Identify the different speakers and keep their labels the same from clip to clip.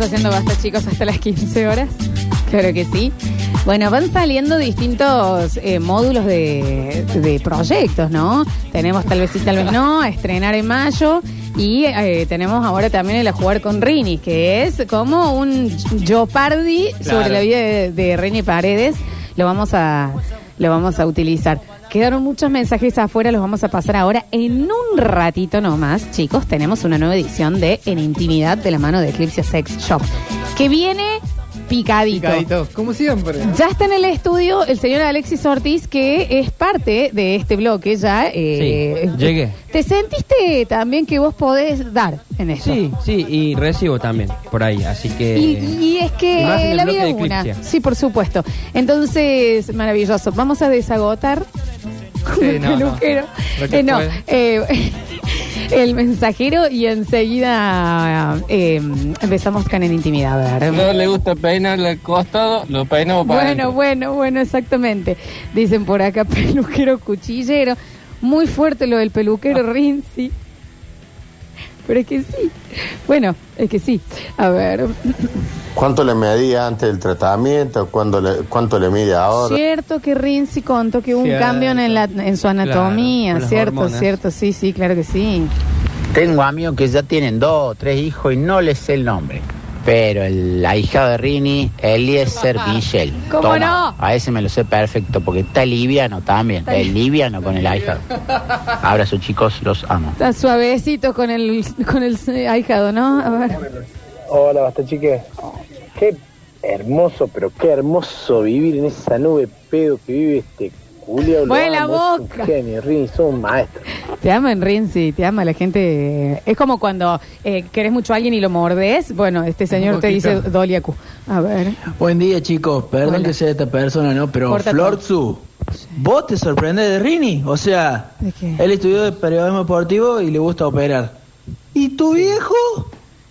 Speaker 1: haciendo basta, chicos, hasta las 15 horas. Claro que sí. Bueno, van saliendo distintos eh, módulos de, de proyectos, ¿no? Tenemos tal vez sí, tal vez no, estrenar en mayo. Y eh, tenemos ahora también el a jugar con Rini, que es como un Jopardi sobre
Speaker 2: Claro.
Speaker 1: la vida de, eh, de Rini Paredes. Lo vamos a, lo vamos a utilizar. Quedaron muchos mensajes afuera, los vamos a pasar ahora. En un ratito nomás, chicos, tenemos una nueva edición de En Intimidad de la mano de Eclipse Sex Shop, que viene picadito.
Speaker 2: Picadito, como siempre.
Speaker 1: Ya está en el estudio el señor Alexis Ortiz, que es parte de este bloque ya. eh,
Speaker 3: Sí, llegué.
Speaker 1: ¿Te sentiste también que vos podés dar en esto?
Speaker 3: Sí, sí, y recibo también por ahí, así que...
Speaker 4: Eh,
Speaker 1: Y, y es que
Speaker 3: Y más en el
Speaker 1: la
Speaker 3: bloque
Speaker 1: vida
Speaker 3: de
Speaker 1: es una.
Speaker 3: Eclipse.
Speaker 1: Sí, por supuesto. Entonces, maravilloso. Vamos a desagotar con
Speaker 2: Sí,
Speaker 1: el
Speaker 2: no, no.
Speaker 1: peluquero.
Speaker 2: Lo que
Speaker 1: Eh, no,
Speaker 2: pueda.
Speaker 1: eh, el mensajero y enseguida eh, empezamos con el intimidad. A ver.
Speaker 5: No le gusta peinar el costado, lo peinamos para
Speaker 1: Bueno,
Speaker 5: adentro.
Speaker 1: bueno, bueno, exactamente. Dicen por acá peluquero cuchillero. Muy fuerte lo del peluquero Rinzi. Pero es que sí. Bueno, es que sí. A ver.
Speaker 6: ¿Cuánto le medía antes del tratamiento? ¿Cuándo le- ¿Cuánto le mide ahora?
Speaker 1: Cierto que Rinzi contó que hubo un
Speaker 2: Cierto.
Speaker 1: cambio en, la- en su anatomía,
Speaker 3: con las
Speaker 1: cierto,
Speaker 3: hormonas.
Speaker 1: cierto, sí, sí, claro que sí.
Speaker 7: Tengo amigos que ya tienen dos o tres hijos y no les sé el nombre. Pero el ahijado de Rini, Eliezer Michel.
Speaker 1: ¿Cómo
Speaker 7: Toma,
Speaker 1: no?
Speaker 7: A ese me lo sé perfecto porque está liviano también.
Speaker 1: Está
Speaker 7: es
Speaker 1: li-
Speaker 7: liviano con el ahijado. Abrazo chicos, los amo.
Speaker 1: Está suavecito con el, con el eh, ahijado, ¿no? A ver.
Speaker 8: Hola, basta chique. Qué hermoso, pero qué hermoso vivir en esa nube pedo que vive este Julio. Lo
Speaker 1: Buena
Speaker 8: amo, es un
Speaker 1: boca.
Speaker 8: genio, Rini, sos un maestro.
Speaker 1: Te aman Rinzi, te ama la gente. Es como cuando eh, querés mucho a alguien y lo mordes. Bueno, este señor te dice
Speaker 2: poquito.
Speaker 1: Doliacu. A ver.
Speaker 9: Buen día, chicos. Perdón
Speaker 1: Hola.
Speaker 9: que sea esta persona, ¿no? Pero
Speaker 1: Corta
Speaker 9: Florzu, vos te sorprendés de Rini. O sea,
Speaker 1: ¿De qué?
Speaker 9: él estudió de periodismo deportivo y le gusta operar. ¿Y tu viejo?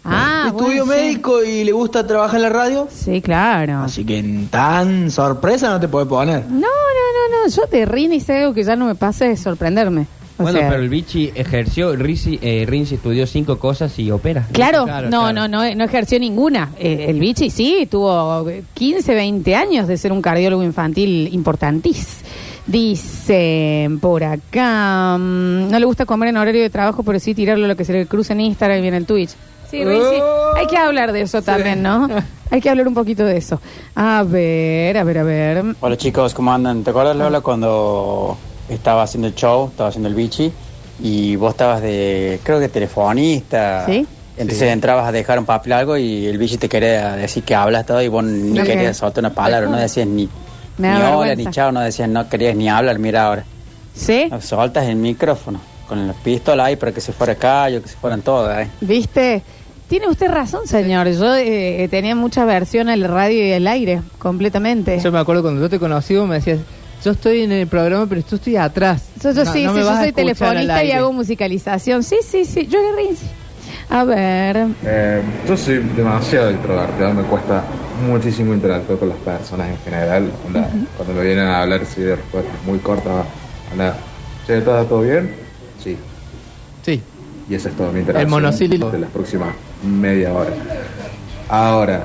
Speaker 1: Ah,
Speaker 9: Estudió
Speaker 1: bueno, sí.
Speaker 9: médico Ah, y le gusta trabajar en la radio.
Speaker 1: Sí, claro.
Speaker 9: Así que en tan sorpresa no te podés poner.
Speaker 1: No, no, no, no. Yo de Rinzi sé algo que ya no me pase de sorprenderme. O
Speaker 3: bueno,
Speaker 1: sea,
Speaker 3: pero el bichi ejerció, Rinzi, eh, Rinzi estudió cinco cosas y opera.
Speaker 1: Claro,
Speaker 2: Claro,
Speaker 1: no, no,
Speaker 2: claro.
Speaker 1: no, no ejerció ninguna. Eh, el Bichi sí, tuvo 15, 20 años de ser un cardiólogo infantil importantís. Dicen por acá, mm, no le gusta comer en horario de trabajo, pero sí tirarlo lo que se le cruce en Instagram y viene el Twitch. Sí, Rinzi,
Speaker 2: Oh.
Speaker 1: hay que hablar de eso también, ¿no? Hay que hablar un poquito de eso. A ver, a ver, a ver.
Speaker 10: Hola chicos, ¿cómo andan? ¿Te acuerdas Lola cuando estaba haciendo el show, estaba haciendo el bichi y vos estabas de, creo que telefonista?
Speaker 1: Sí.
Speaker 10: Entonces entrabas a dejar un papel algo y el bichi te quería decir que hablas todo y vos ni
Speaker 1: Ok.
Speaker 10: querías soltar una palabra, no decías ni,
Speaker 1: Me
Speaker 10: ni
Speaker 1: da
Speaker 10: hola,
Speaker 1: vergüenza.
Speaker 10: ni chao, no decías no querías ni hablar, mira ahora.
Speaker 1: ¿Sí?
Speaker 10: Soltas el micrófono con los pistolas ahí para que se fuera acá, yo que se fueran todas. ¿eh?
Speaker 1: ¿Viste? Tiene usted razón, señor. Yo eh, tenía mucha aversión al radio y al aire, completamente.
Speaker 2: Yo me acuerdo cuando yo te conocí, vos me decías, yo estoy en el programa, pero yo estoy atrás.
Speaker 1: Yo, yo
Speaker 2: No-
Speaker 1: sí,
Speaker 2: no
Speaker 1: sí,
Speaker 2: me
Speaker 1: yo
Speaker 2: vas a
Speaker 1: soy
Speaker 2: escuchar al
Speaker 1: telefonista y
Speaker 2: aire.
Speaker 1: hago musicalización. Sí, sí, sí, yo era Rinzi. A ver,
Speaker 11: Eh, yo soy demasiado introvertido, me cuesta muchísimo interactuar con las personas en general. onda, Cuando me vienen a hablar, si de respuestas muy cortas, onda, "Che, ¿está todo bien? Sí.
Speaker 2: Sí.
Speaker 11: Y esa es toda mi interacción.
Speaker 2: El monosílabo.
Speaker 11: De las próximas media hora. Ahora,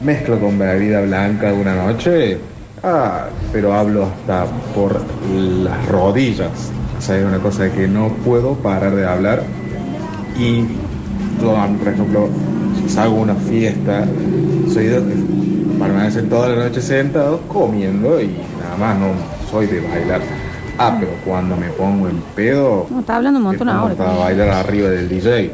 Speaker 11: mezclo con bebida blanca una noche, ah, pero hablo hasta por las rodillas. O sea, es una cosa que no puedo parar de hablar. Y yo, a mí, por ejemplo, si salgo a una fiesta, soy de permanecer toda la noche sentado comiendo y nada más, no soy de bailar. Ah, pero cuando me pongo el pedo,
Speaker 1: no, está hablando un montón
Speaker 11: que
Speaker 1: ahora.
Speaker 11: corta a bailar arriba del DJ.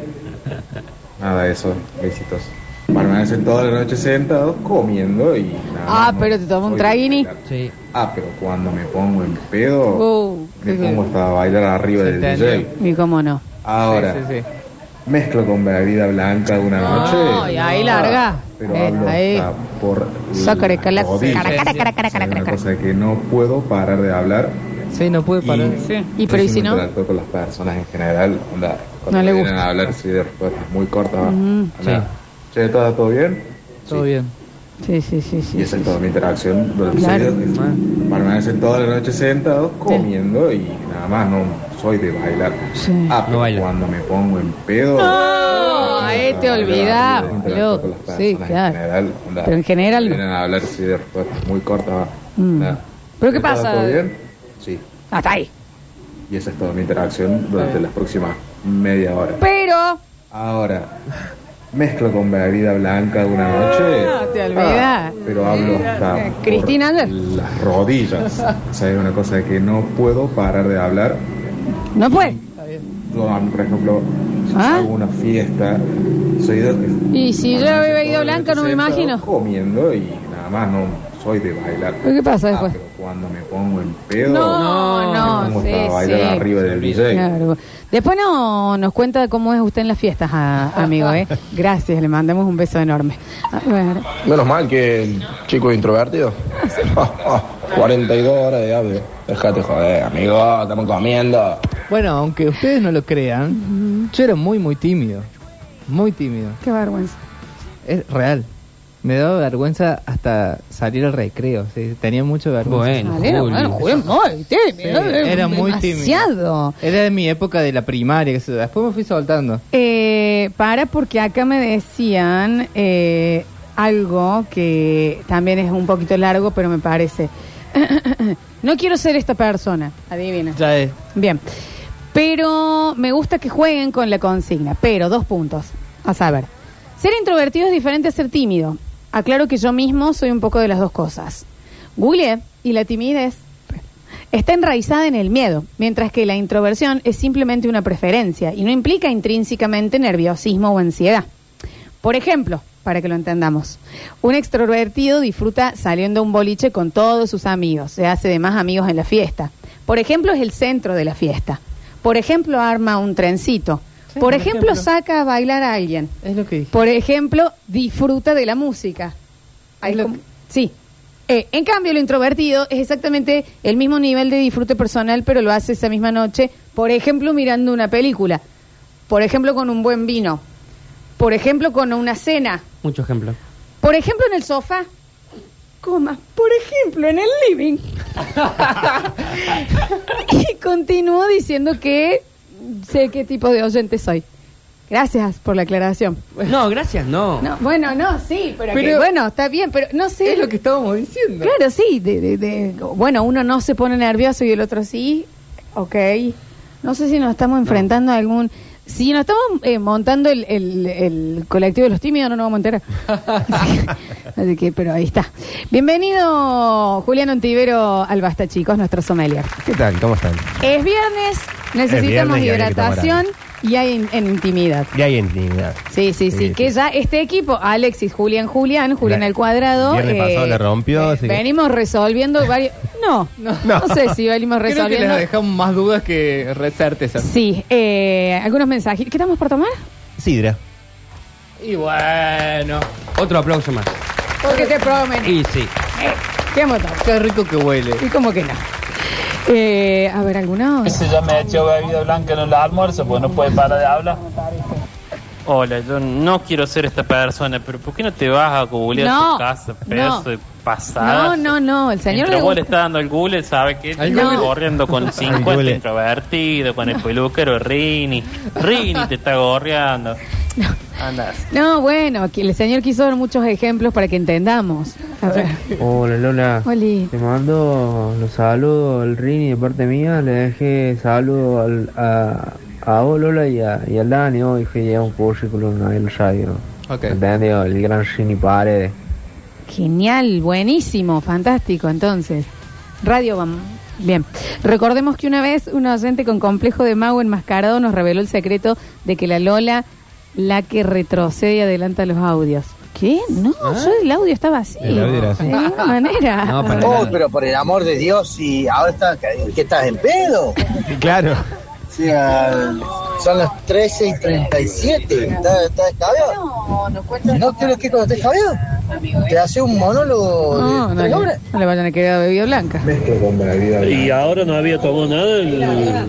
Speaker 11: Nada de eso, besitos. Permanecen toda la noche sentados comiendo y nada.
Speaker 1: Ah,
Speaker 11: más,
Speaker 1: pero te tomo un
Speaker 11: soy de
Speaker 1: traguini.
Speaker 11: bailar.
Speaker 3: Sí.
Speaker 11: Ah, pero cuando me pongo el pedo,
Speaker 1: Uh,
Speaker 11: me
Speaker 1: qué-
Speaker 11: pongo hasta a bailar arriba
Speaker 2: Se
Speaker 11: del
Speaker 2: entendió.
Speaker 11: DJ.
Speaker 1: Y cómo no.
Speaker 11: Ahora,
Speaker 2: Sí, sí, sí.
Speaker 11: mezclo con bebida blanca una noche.
Speaker 1: No, y ahí larga.
Speaker 11: Pero
Speaker 1: Eh,
Speaker 11: hablo
Speaker 1: ahí.
Speaker 11: hasta por
Speaker 1: Sácale,
Speaker 11: las
Speaker 1: cala-
Speaker 11: rodillas.
Speaker 1: cara, cara, cara, cara,
Speaker 11: O sea,
Speaker 1: cara,
Speaker 11: es
Speaker 1: cara,
Speaker 11: una
Speaker 1: cara.
Speaker 11: cosa que no puedo parar de hablar.
Speaker 2: Sí, no pude parar.
Speaker 11: Y-
Speaker 2: Sí.
Speaker 1: Y pero y
Speaker 11: Yo
Speaker 1: si no,
Speaker 11: interactúo con las personas en general. onda,
Speaker 1: No
Speaker 11: cuando
Speaker 1: le
Speaker 11: me vienen
Speaker 1: gusta.
Speaker 11: a hablar, sí, de respuestas muy cortas.
Speaker 1: Mm.
Speaker 11: onda, Che, ¿está todo bien?
Speaker 2: Todo
Speaker 11: Sí.
Speaker 2: bien.
Speaker 1: sí, sí, sí, sí.
Speaker 11: Y esa es toda mi interacción. durante
Speaker 1: Claro.
Speaker 11: el día. Permanecen toda la noche sentados comiendo y nada más, no soy de bailar.
Speaker 1: Sí.
Speaker 11: Ah, pero
Speaker 3: No baila.
Speaker 11: cuando me pongo en pedo. ah,
Speaker 1: No, eh, te olvidaba, boludo. Sí, claro. Pero en general no.
Speaker 11: Vienen a hablar así de respuestas muy cortas.
Speaker 1: Mm.
Speaker 11: Nada.
Speaker 1: ¿Pero qué
Speaker 11: ¿Está
Speaker 1: pasa?
Speaker 11: todo bien? Sí.
Speaker 1: Hasta Ah, ahí.
Speaker 11: Y esa es toda mi interacción durante las próximas media hora.
Speaker 1: Pero.
Speaker 11: Ahora, mezclo con bebida blanca una noche.
Speaker 1: Ah, te olvidás.
Speaker 11: pero hablo hasta por
Speaker 1: Cristina Ander.
Speaker 11: las rodillas. O sea, es una cosa de que no puedo parar de hablar.
Speaker 1: No puede.
Speaker 11: Yo, por ejemplo, si
Speaker 1: ¿Ah?
Speaker 11: hago una fiesta, soy de...
Speaker 1: Y si yo
Speaker 11: Normalmente
Speaker 1: bebida
Speaker 11: todo el
Speaker 1: blanca, no me
Speaker 11: sentado
Speaker 1: imagino.
Speaker 11: Comiendo y nada más, no soy de bailar.
Speaker 1: ¿Pero qué pasa
Speaker 11: Ah,
Speaker 1: después?
Speaker 11: pero cuando me pongo en pedo...
Speaker 1: No, no,
Speaker 11: me pongo
Speaker 1: sí,
Speaker 11: a bailar
Speaker 1: sí.
Speaker 11: arriba del DJ.
Speaker 1: Claro. Después no, nos cuenta cómo es usted en las fiestas, a- amigo, ¿eh? Gracias, le mandamos un beso enorme. A ver.
Speaker 8: Menos mal que el chico introvertido. Ah, 42 horas de audio. Déjate joder, amigo, estamos comiendo.
Speaker 2: Bueno, aunque ustedes no lo crean, yo era muy, muy tímido. Muy tímido.
Speaker 1: Qué vergüenza.
Speaker 2: Es real. Me daba vergüenza hasta salir al recreo. sí, Tenía mucho vergüenza.
Speaker 3: Bueno,
Speaker 1: Vale,
Speaker 3: Julio.
Speaker 1: bueno, Julio, no, el
Speaker 2: Sí,
Speaker 1: tímido, eh,
Speaker 2: era muy
Speaker 1: demasiado.
Speaker 2: tímido. Era de mi época de la primaria. que se- Después me fui soltando.
Speaker 1: Eh, para porque acá me decían eh, algo que también es un poquito largo, pero me parece. no quiero ser esta persona, adivina.
Speaker 2: Ya es.
Speaker 1: Bien. Pero me gusta que jueguen con la consigna. Pero dos puntos. A saber. Ser introvertido es diferente a ser tímido. Aclaro que yo mismo soy un poco de las dos cosas. Goulet y la timidez está enraizada en el miedo, mientras que la introversión es simplemente una preferencia y no implica intrínsecamente nerviosismo o ansiedad. Por ejemplo, para que lo entendamos, un extrovertido disfruta saliendo a un boliche con todos sus amigos, se hace de más amigos en la fiesta. Por ejemplo, es el centro de la fiesta. Por ejemplo, arma un trencito.
Speaker 2: Sí,
Speaker 1: por
Speaker 2: por
Speaker 1: ejemplo,
Speaker 2: ejemplo.
Speaker 1: saca a bailar a alguien.
Speaker 2: Es lo que dije.
Speaker 1: Por ejemplo, disfruta de la música. Hay
Speaker 2: Lo-
Speaker 1: como- Sí. Eh, en cambio, lo introvertido es exactamente el mismo nivel de disfrute personal, pero lo hace esa misma noche, por ejemplo, mirando una película, por ejemplo, con un buen vino, por ejemplo, con una cena,
Speaker 3: Mucho ejemplo.
Speaker 1: por ejemplo, en el sofá, coma, por ejemplo, en el living. y continúo diciendo que sé qué tipo de oyente soy. Gracias por la aclaración.
Speaker 3: No, gracias, no.
Speaker 1: No, bueno, no, sí, pero, que,
Speaker 2: Pero-
Speaker 1: bueno, está bien, pero no sé.
Speaker 2: Es lo que estábamos diciendo.
Speaker 1: Claro, sí, de, de- de- bueno, uno no se pone nervioso y el otro sí, ok. No sé si nos estamos enfrentando a algún... Si nos estamos eh, montando el, el- el colectivo de los tímidos, no nos vamos a enterar. Así que- Así que, pero ahí está. Bienvenido, Julián Ontivero al Basta, chicos, nuestro sommelier.
Speaker 4: ¿Qué tal? ¿Cómo están?
Speaker 1: Es viernes, necesitamos
Speaker 4: viernes y habría que tomar
Speaker 1: hidratación y hay in- en intimidad.
Speaker 4: Ya hay intimidad.
Speaker 1: Sí, sí, sí,
Speaker 4: Sí,
Speaker 1: que
Speaker 4: sí.
Speaker 1: ya este equipo, Alexis, Julián, Julián, Julián
Speaker 4: La-
Speaker 1: al cuadrado. eh,
Speaker 4: viernes pasado la rompió, así que-
Speaker 1: Venimos resolviendo varios. No, no,
Speaker 2: No.
Speaker 1: sé si venimos
Speaker 2: Creo que
Speaker 1: resolviendo.
Speaker 2: les dejamos más dudas que re- certezas.
Speaker 1: Sí, eh, algunos mensajes. ¿Qué estamos por tomar?
Speaker 4: Sidra.
Speaker 2: Y bueno.
Speaker 3: Otro aplauso más.
Speaker 1: Porque te prometí.
Speaker 3: Y sí.
Speaker 1: ¿Qué hemos tomado?
Speaker 2: Qué rico que huele.
Speaker 1: ¿Y cómo que no? Eh, a ver, algunos.
Speaker 10: Ese ya me echó bebida blanca en el almuerzo, pues no puede parar de hablar.
Speaker 8: Hola, yo no quiero ser esta persona, pero ¿por qué no te vas a googlear
Speaker 1: No,
Speaker 8: tu casa,
Speaker 1: no.
Speaker 8: pedazo de
Speaker 1: No,
Speaker 8: pasada?
Speaker 1: no, no, el señor.
Speaker 8: Mientras
Speaker 1: le
Speaker 8: vos le
Speaker 1: gusta-
Speaker 8: está dando el Google, sabe que
Speaker 2: Al
Speaker 8: está
Speaker 1: Google.
Speaker 8: gorreando con 50
Speaker 4: Google.
Speaker 8: introvertido, con el peluquero Rini. Rini te está gorreando. Andás.
Speaker 1: No, bueno, que el señor quiso dar muchos ejemplos para que entendamos. A ver.
Speaker 10: Hola Lola,
Speaker 1: Oli.
Speaker 10: te mando los saludos al Rini de parte mía, le dejé saludos al- a, a vos Lola y, a, y al Dani hoy que lleva un currículum ahí en la radio.
Speaker 2: Ok.
Speaker 10: ¿Entendió? El gran Rini Paredes.
Speaker 1: Genial, buenísimo, fantástico. Entonces, Radio Bam. Bien, recordemos que una vez un oyente con complejo de mago enmascarado nos reveló el secreto de que la Lola, la que retrocede y adelanta los audios. ¿Qué? No, yo el audio estaba así.
Speaker 4: El audio era así.
Speaker 1: De ninguna manera.
Speaker 3: No, para
Speaker 7: Oh,
Speaker 3: nada.
Speaker 7: pero por el amor de Dios, y ahora estás, que estás en pedo.
Speaker 4: Claro.
Speaker 7: O sea, son las 13 y 37. ¿Estás está descabellado?
Speaker 1: No, no cuenta.
Speaker 7: ¿No crees que cuando estés descabellado? Te hace un monólogo de
Speaker 1: No, no,
Speaker 7: tres horas.
Speaker 1: no le vayan a quedar bebida blanca.
Speaker 11: Mezclo con bebida blanca.
Speaker 8: Y ahora no había tomado nada el,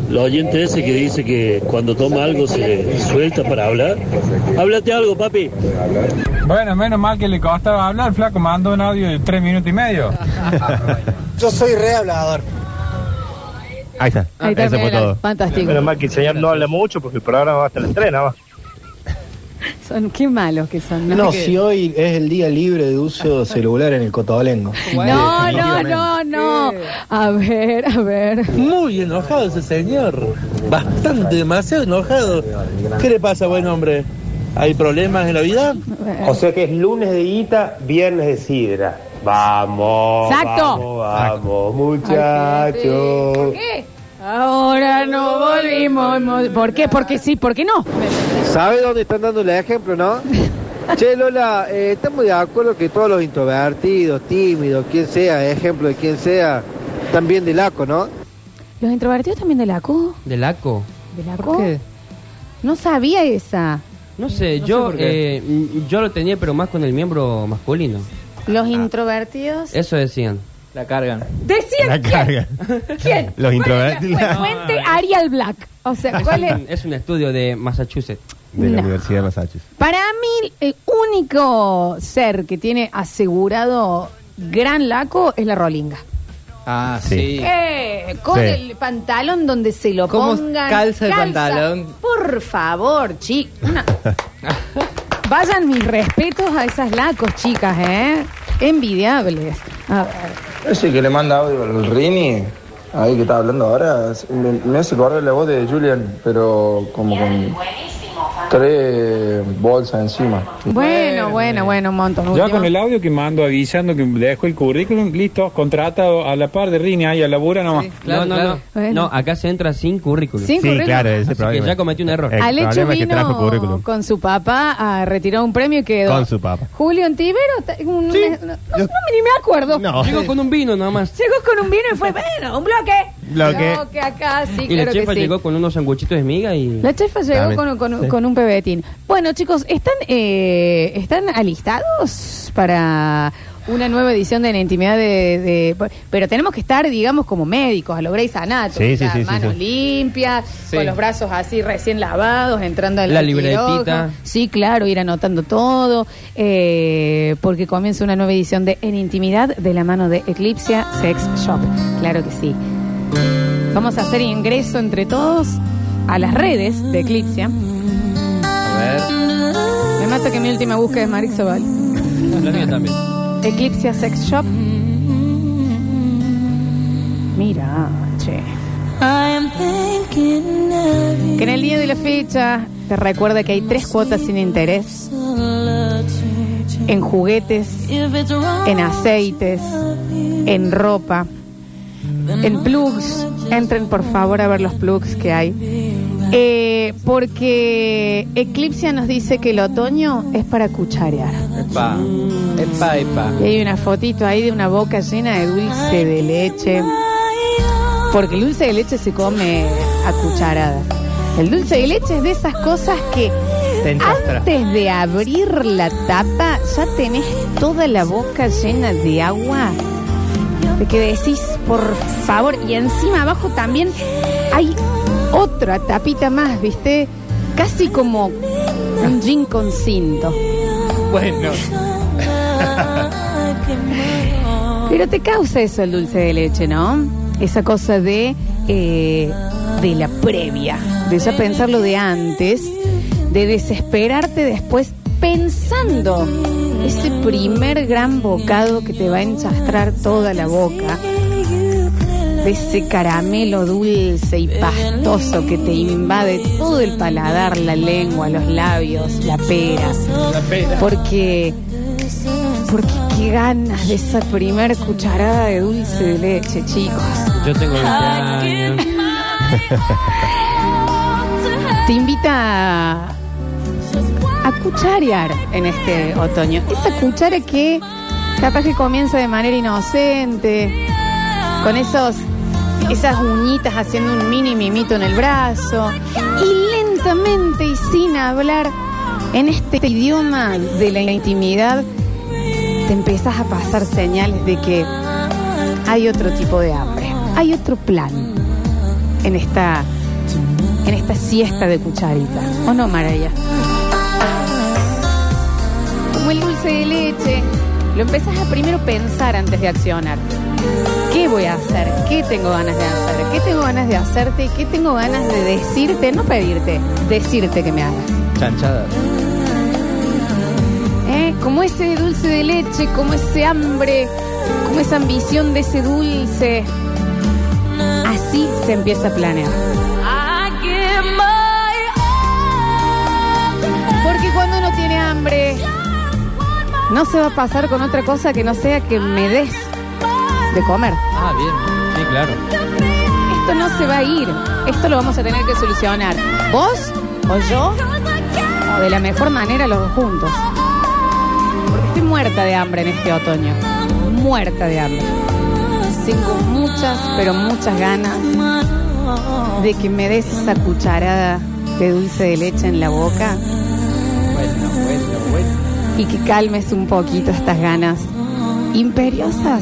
Speaker 8: el oyente ese que dice que cuando toma algo se suelta para hablar. Háblate algo, papi.
Speaker 5: Bueno, menos mal que le costaba hablar, flaco, mandó un audio de tres minutos y medio.
Speaker 7: Yo soy re hablador.
Speaker 4: Ahí está.
Speaker 1: Ahí está,
Speaker 4: Eso Ah, fue
Speaker 1: mira,
Speaker 4: todo.
Speaker 1: Fantástico.
Speaker 12: Menos mal que el señor no habla mucho porque el programa va hasta las 3 nada más.
Speaker 1: Son qué malos que son.
Speaker 13: No,
Speaker 1: Que-
Speaker 13: si hoy es el día libre de uso celular en el Cotolengo.
Speaker 1: no, no, no, no. A ver, a ver.
Speaker 9: Muy enojado ese señor. Bastante, demasiado enojado. ¿Qué le pasa, buen hombre? ¿Hay problemas en la vida?
Speaker 12: O sea que es lunes de guita, viernes de sidra. Vamos.
Speaker 1: Exacto.
Speaker 12: Vamos, vamos, muchachos.
Speaker 1: ¿Qué? Ahora no volvimos. ¿Por qué? Porque sí, ¿por qué no?
Speaker 10: ¿Sabe dónde están dando el ejemplo, no? Che, Lola, eh, estamos de acuerdo que todos los introvertidos, tímidos, quien sea, ejemplo de quien sea, están bien de laco, ¿no?
Speaker 1: ¿Los introvertidos también de la co?
Speaker 3: ¿De laco?
Speaker 1: ¿De la co? No sabía esa.
Speaker 3: No sé, yo
Speaker 1: por
Speaker 3: eh,
Speaker 1: qué.
Speaker 3: m- yo lo tenía, pero más con el miembro masculino.
Speaker 1: Los
Speaker 9: Eh,
Speaker 1: introvertidos.
Speaker 3: Eso decían.
Speaker 2: La cargan.
Speaker 1: Decían
Speaker 3: La
Speaker 1: quién?
Speaker 3: carga.
Speaker 1: ¿Quién?
Speaker 3: Los
Speaker 1: Fue
Speaker 3: introvertidos.
Speaker 1: fuente Arial Black. O sea, ¿cuál
Speaker 3: Es
Speaker 1: es?
Speaker 3: un, es un estudio de Massachusetts.
Speaker 4: De la
Speaker 1: No.
Speaker 4: Universidad de Massachusetts.
Speaker 1: Para mí, el único ser que tiene asegurado gran laco es la rolinga.
Speaker 2: Ah, sí.
Speaker 1: Eh, con
Speaker 2: Sí.
Speaker 1: el pantalón donde se lo
Speaker 2: ¿Cómo
Speaker 1: pongan.
Speaker 2: calza el pantalón?
Speaker 1: Por favor, chicos. Vayan mis respetos a esas lacos, chicas, ¿eh? Envidiables. A ver.
Speaker 14: Ese que le manda audio al Rini, ahí que está hablando ahora, me, me hace correr la voz de Julian, pero como con tres bolsas encima.
Speaker 1: Bueno, bueno, bueno, un montón.
Speaker 5: Ya
Speaker 1: Último.
Speaker 5: con el audio que mando avisando que dejo el currículum, listo, contratado a la par de Rini ahí a labura nomás.
Speaker 1: claro,
Speaker 3: no, no,
Speaker 1: claro.
Speaker 3: no.
Speaker 1: Bueno.
Speaker 3: No, acá se entra sin currículum.
Speaker 1: Sin Sí, currículum. claro, ese
Speaker 3: Así
Speaker 4: problema.
Speaker 3: que ya cometí un error.
Speaker 1: Al hecho vino con su papá a retirar un premio que quedó.
Speaker 3: Con su papá.
Speaker 1: Julio Antivero, ta- un- no, no, no, ni me acuerdo.
Speaker 3: Llego con un vino nomás.
Speaker 1: Llegó con un vino y fue, bueno, un bloque.
Speaker 3: Bloque.
Speaker 1: acá, sí,
Speaker 3: y
Speaker 1: claro
Speaker 3: la chefa
Speaker 1: que sí.
Speaker 3: llegó con unos sanguchitos de miga y...
Speaker 1: La chefa llegó
Speaker 3: También.
Speaker 1: con, con-
Speaker 3: Sí.
Speaker 1: con un pebetín. Bueno, chicos, ¿están, eh, ¿están alistados para una nueva edición de la intimidad de, de- Pero tenemos que estar, digamos, como médicos, a lo Grey's Anatomy.
Speaker 3: Sí,
Speaker 1: o sea,
Speaker 3: sí, sí, sí,
Speaker 1: manos
Speaker 3: sí.
Speaker 1: limpias,
Speaker 3: Sí.
Speaker 1: con los brazos así recién lavados, entrando al
Speaker 3: La
Speaker 1: al
Speaker 3: libretita.
Speaker 1: quirófano. Sí, claro, ir anotando todo, eh, porque comienza una nueva edición de En Intimidad de la mano de Eclipsia Sex Shop. Claro que sí. Vamos a hacer ingreso entre todos a las redes de Eclipsia.
Speaker 2: A ver.
Speaker 1: Me mata que mi última búsqueda es Marix Sobal.
Speaker 3: La mía también.
Speaker 1: Eclipsia Sex Shop. Mira, che. Que en el día de la fecha te recuerda que hay tres cuotas sin interés en juguetes, en aceites, en ropa, en plugs. Entren por favor a ver los plugs que hay. Eh, porque Eclipsia nos dice que el otoño es para cucharear.
Speaker 2: Epa. Epa, epa.
Speaker 1: Y hay una fotito ahí de una boca llena de dulce de leche. Porque el dulce de leche se come a cucharadas. El dulce de leche es de esas cosas que
Speaker 2: Te enchastra.
Speaker 1: antes de abrir la tapa ya tenés toda la boca llena de agua. De que decís, por favor. Y encima abajo también hay otra tapita más, ¿viste? Casi como un gin con cinto.
Speaker 2: Bueno.
Speaker 1: Pero te causa eso el dulce de leche, ¿no? Esa cosa de, eh, de la previa, de ya pensarlo de antes, de desesperarte después pensando ese primer gran bocado que te va a enchastrar toda la boca, de ese caramelo dulce y pastoso que te invade todo el paladar, la lengua, los labios, la pera.
Speaker 2: La pera.
Speaker 1: Porque porque qué ganas de esa primer cucharada de dulce de leche, chicos.
Speaker 3: Yo tengo 20 años.
Speaker 1: Te invita a, a cucharear en este otoño. Esa cuchara que capaz que comienza de manera inocente, con esos esas uñitas haciendo un mini mimito en el brazo y lentamente y sin hablar en este idioma de la intimidad te empiezas a pasar señales de que hay otro tipo de hambre, hay otro plan en esta en esta siesta de cucharita. ¿O no, Maraya? Como el dulce de leche, lo empezás a primero pensar antes de accionar. ¿Qué voy a hacer? ¿Qué tengo ganas de hacer? ¿Qué tengo ganas de hacerte? ¿Qué tengo ganas de decirte? No pedirte, decirte que me hagas.
Speaker 2: Chanchada.
Speaker 1: ¿Eh? Como ese dulce de leche, como ese hambre, como esa ambición de ese dulce. Así se empieza a planear. Porque cuando uno tiene hambre, no se va a pasar con otra cosa que no sea que me des de comer.
Speaker 3: Ah, bien. Sí, claro.
Speaker 1: Esto no se va a ir. Esto lo vamos a tener que solucionar. Vos o yo, o de la mejor manera los dos juntos. Porque estoy muerta de hambre en este otoño. Muerta de hambre. Tengo muchas, pero muchas ganas de que me des esa cucharada de dulce de leche en la boca
Speaker 3: Bueno, bueno, bueno.
Speaker 1: y que calmes un poquito estas ganas imperiosas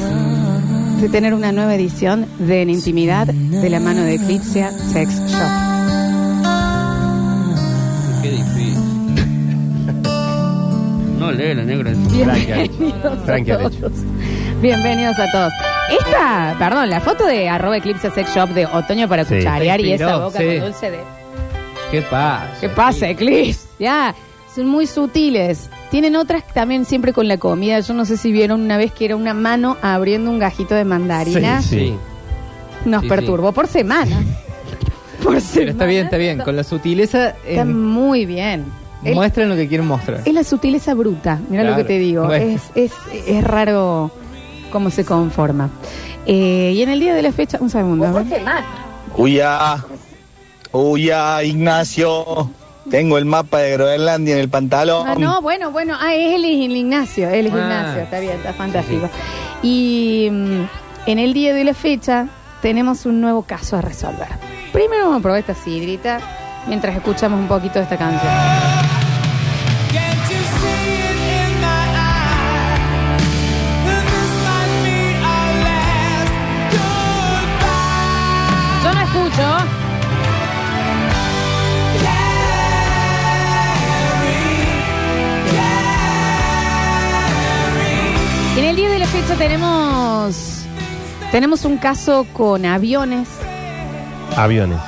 Speaker 1: de tener una nueva edición de En Intimidad de la mano de Eclipsia Sex Shop.
Speaker 3: Qué difícil. No lee la negra.
Speaker 1: Bienvenidos a todos. Bienvenidos a todos. Esta, perdón, la foto de arroba Eclipse Sex Shop de otoño para
Speaker 3: Sí.
Speaker 1: cucharear y
Speaker 3: Inspiró,
Speaker 1: esa boca
Speaker 3: sí.
Speaker 1: con dulce de...
Speaker 3: ¿Qué pasa?
Speaker 1: ¿Qué pasa, Eclipse? Ya, son muy sutiles. Tienen otras también siempre con la comida. Yo no sé si vieron una vez que era una mano abriendo un gajito de mandarina. Nos
Speaker 2: Sí,
Speaker 1: perturbó por semanas. Por
Speaker 2: Pero está bien, está bien. Con la sutileza eh,
Speaker 1: Está Eh. muy bien. Es-
Speaker 2: muestran lo que quieren mostrar.
Speaker 1: es la sutileza bruta, mira lo
Speaker 2: Claro.
Speaker 1: que te digo.
Speaker 2: Bueno.
Speaker 1: Es, es, es raro cómo se conforma. Eh, y en el día de la fecha, un segundo. a ver.
Speaker 15: Uya, uya, Ignacio. Tengo el mapa de Groenlandia en el pantalón.
Speaker 1: Ah, no, bueno, bueno. Ah, él es el Ignacio. Él es
Speaker 15: Ah.
Speaker 1: Ignacio. Está bien, está fantástico. Y mm, en el día de la fecha tenemos un nuevo caso a resolver. Primero vamos a probar esta sidrita mientras escuchamos un poquito de esta canción. Yo no escucho. En el día de la fecha tenemos tenemos un caso con aviones,
Speaker 4: Aviones.